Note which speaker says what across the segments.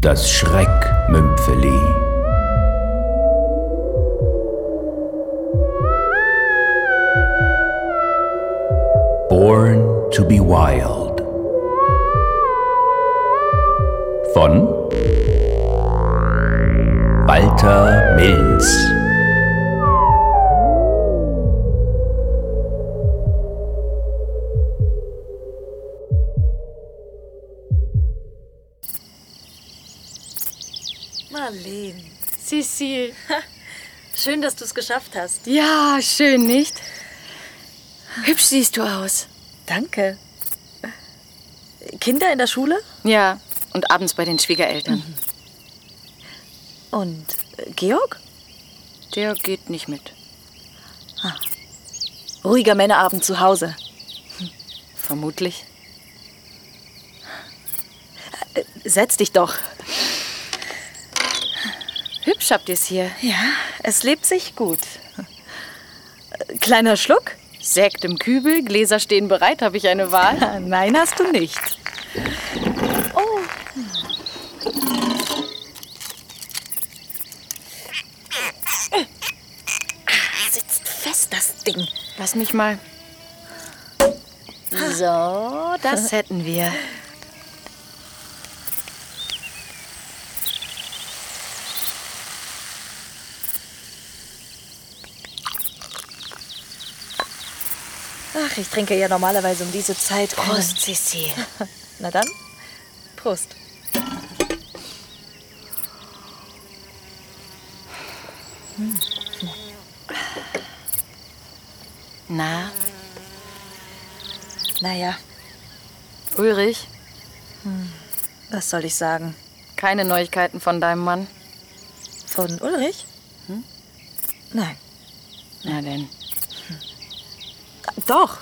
Speaker 1: das Schreckmümpfeli. Born to be Wild von Walter Mills.
Speaker 2: Marleen,
Speaker 3: Cecil.
Speaker 2: schön, dass du es geschafft hast.
Speaker 3: Ja, schön, nicht? Hübsch siehst du aus.
Speaker 2: Danke. Kinder in der Schule?
Speaker 3: Ja, und abends bei den Schwiegereltern.
Speaker 2: Und äh, Georg?
Speaker 3: Der geht nicht mit.
Speaker 2: Ruhiger Männerabend zu Hause.
Speaker 3: Vermutlich. Äh,
Speaker 2: Setz dich doch.
Speaker 3: Hübsch habt ihr es hier.
Speaker 2: Ja, es lebt sich gut. Äh, Kleiner Schluck?
Speaker 3: Sekt im Kübel, Gläser stehen bereit, habe ich eine Wahl.
Speaker 2: Ah, Nein, hast du nicht. Oh. Ah, Sitzt fest, das Ding.
Speaker 3: Lass mich mal. So, das hätten wir.
Speaker 2: Ach, ich trinke ja normalerweise um diese Zeit.
Speaker 3: Prost, Cecil.
Speaker 2: Na dann, Prost.
Speaker 3: Na,
Speaker 2: Naja,
Speaker 3: Ulrich,
Speaker 2: was soll ich sagen?
Speaker 3: keine Neuigkeiten von deinem Mann.
Speaker 2: Von Ulrich? Hm? Nein.
Speaker 3: Na denn.
Speaker 2: Doch.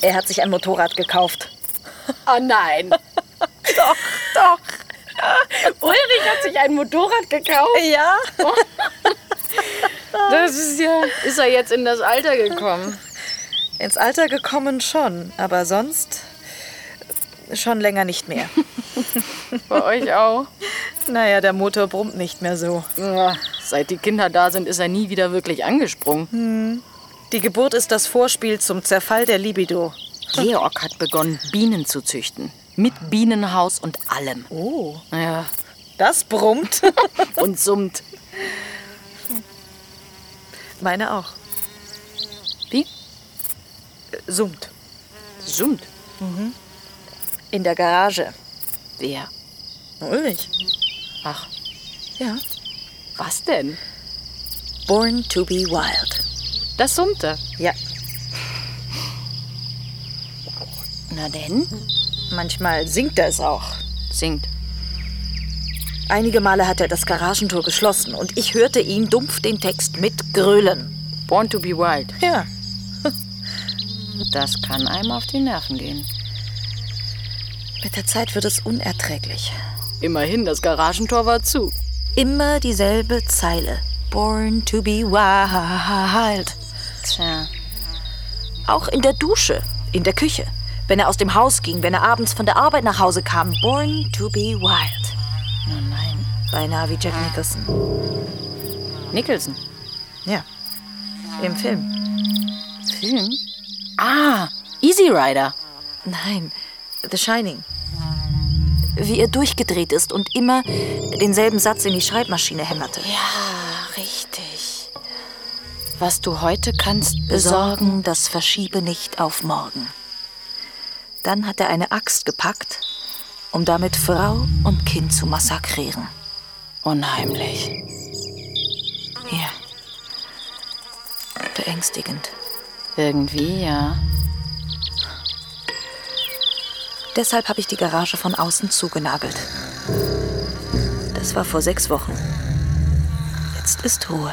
Speaker 2: Er hat sich ein Motorrad gekauft.
Speaker 3: Oh nein.
Speaker 2: Doch, doch.
Speaker 3: Ulrich hat sich ein Motorrad gekauft.
Speaker 2: Ja?
Speaker 3: Das ist ja. Ist er jetzt in das Alter gekommen?
Speaker 2: Ins Alter gekommen schon, aber sonst schon länger nicht mehr.
Speaker 3: Bei euch auch?
Speaker 2: naja, der Motor brummt nicht mehr so.
Speaker 3: Ja, Seit die Kinder da sind, ist er nie wieder wirklich angesprungen.
Speaker 2: Die Geburt ist das Vorspiel zum Zerfall der Libido.
Speaker 3: Georg hat begonnen, Bienen zu züchten. Mit Bienenhaus und allem.
Speaker 2: Oh.
Speaker 3: Ja,
Speaker 2: Das brummt.
Speaker 3: und summt.
Speaker 2: Meine auch.
Speaker 3: Wie?
Speaker 2: Äh, Summt.
Speaker 3: Summt?
Speaker 2: In der Garage.
Speaker 3: Wer?
Speaker 2: Ulrich.
Speaker 3: Ach,
Speaker 2: Ja.
Speaker 3: was denn?
Speaker 2: Born to be wild.
Speaker 3: Das summte.
Speaker 2: Ja,
Speaker 3: Na denn?
Speaker 2: manchmal singt er es auch.
Speaker 3: Singt.
Speaker 2: Einige Male hat er das Garagentor geschlossen und ich hörte ihn dumpf den Text mit grölen.
Speaker 3: Born to be wild.
Speaker 2: Ja.
Speaker 3: Das kann einem auf die Nerven gehen.
Speaker 2: Mit der Zeit wird es unerträglich.
Speaker 3: Immerhin, das Garagentor war zu.
Speaker 2: Immer dieselbe Zeile. Born to be wild.
Speaker 3: Tja.
Speaker 2: Auch in der Dusche, in der Küche. Wenn er aus dem Haus ging, wenn er abends von der Arbeit nach Hause kam. Born to be wild.
Speaker 3: Oh nein.
Speaker 2: Beinahe wie Jack Nicholson.
Speaker 3: Nicholson.
Speaker 2: Ja. Im Film.
Speaker 3: Film? Ah, Easy Rider.
Speaker 2: Nein, The Shining. Wie er durchgedreht ist und immer denselben Satz in die Schreibmaschine hämmerte.
Speaker 3: Ja, richtig. Was du heute kannst besorgen.
Speaker 2: Besorgen, das Verschiebe nicht auf morgen. Dann hat er eine Axt gepackt, um damit Frau und Kind zu massakrieren.
Speaker 3: Unheimlich.
Speaker 2: Ja. Beängstigend.
Speaker 3: Irgendwie, ja.
Speaker 2: Deshalb habe ich die Garage von außen zugenagelt. Das war vor sechs Wochen. Jetzt ist Ruhe.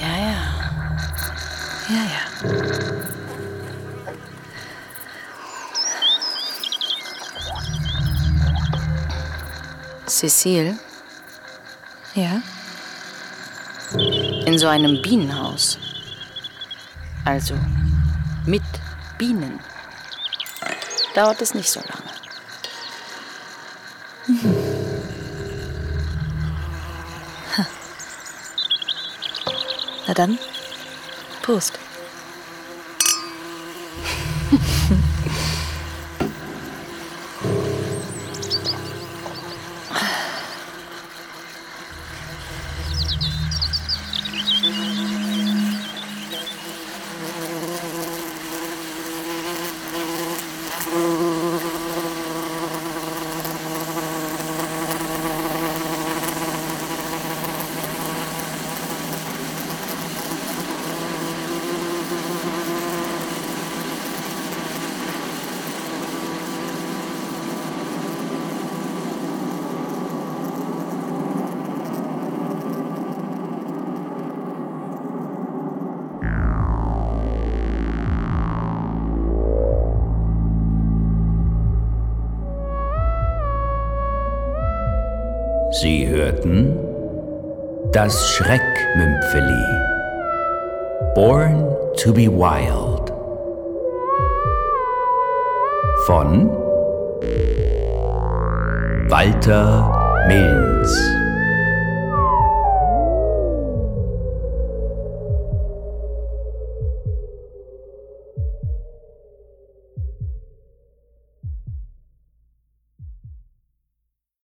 Speaker 3: Ja, ja.
Speaker 2: Ja, ja.
Speaker 3: Cecile,
Speaker 2: Ja?
Speaker 3: in so einem Bienenhaus. Also mit Bienen.
Speaker 4: dauert es nicht so lange.
Speaker 2: Na dann, Prost.
Speaker 1: Sie hörten das Schreckmümpfeli. Born to be Wild. Von Walter Mills.